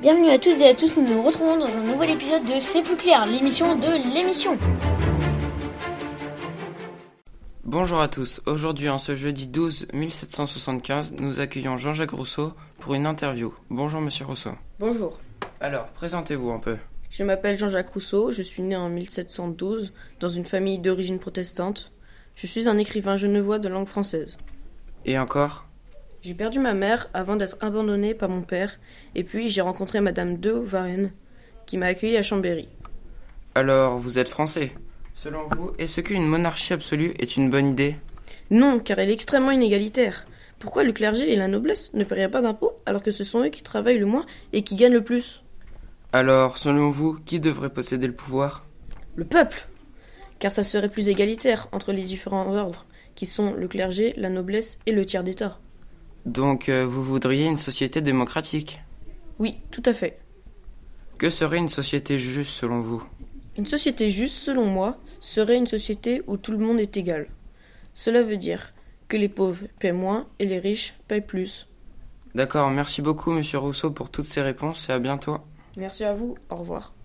Bienvenue à toutes et à tous, nous nous retrouvons dans un nouvel épisode de C'est plus clair, l'émission de l'émission. Bonjour à tous, aujourd'hui en ce jeudi 12 1775, nous accueillons Jean-Jacques Rousseau pour une interview. Bonjour Monsieur Rousseau. Bonjour, Alors, présentez-vous un peu. je m'appelle Jean-Jacques Rousseau, je suis né en 1712 dans une famille d'origine protestante. Je suis un écrivain genevois de langue française. Et encore J'ai perdu ma mère avant d'être abandonné par mon père, et puis j'ai rencontré Madame de Varenne, qui m'a accueilli à Chambéry. Alors, vous êtes français Selon vous, est-ce qu'une monarchie absolue est une bonne idée Non, car elle est extrêmement inégalitaire. Pourquoi le clergé et la noblesse ne paieraient pas d'impôts alors que ce sont eux qui travaillent le moins et qui gagnent le plus Alors, selon vous, qui devrait posséder le pouvoir Le peuple Car ça serait plus égalitaire entre les différents ordres, qui sont le clergé, la noblesse et le tiers d'État. Donc, euh, vous voudriez une société démocratique Oui, tout à fait. Que serait une société juste selon vous Une société juste, selon moi, serait une société où tout le monde est égal. Cela veut dire que les pauvres paient moins et les riches paient plus. D'accord, merci beaucoup Monsieur Rousseau pour toutes ces réponses et à bientôt. Merci à vous, au revoir.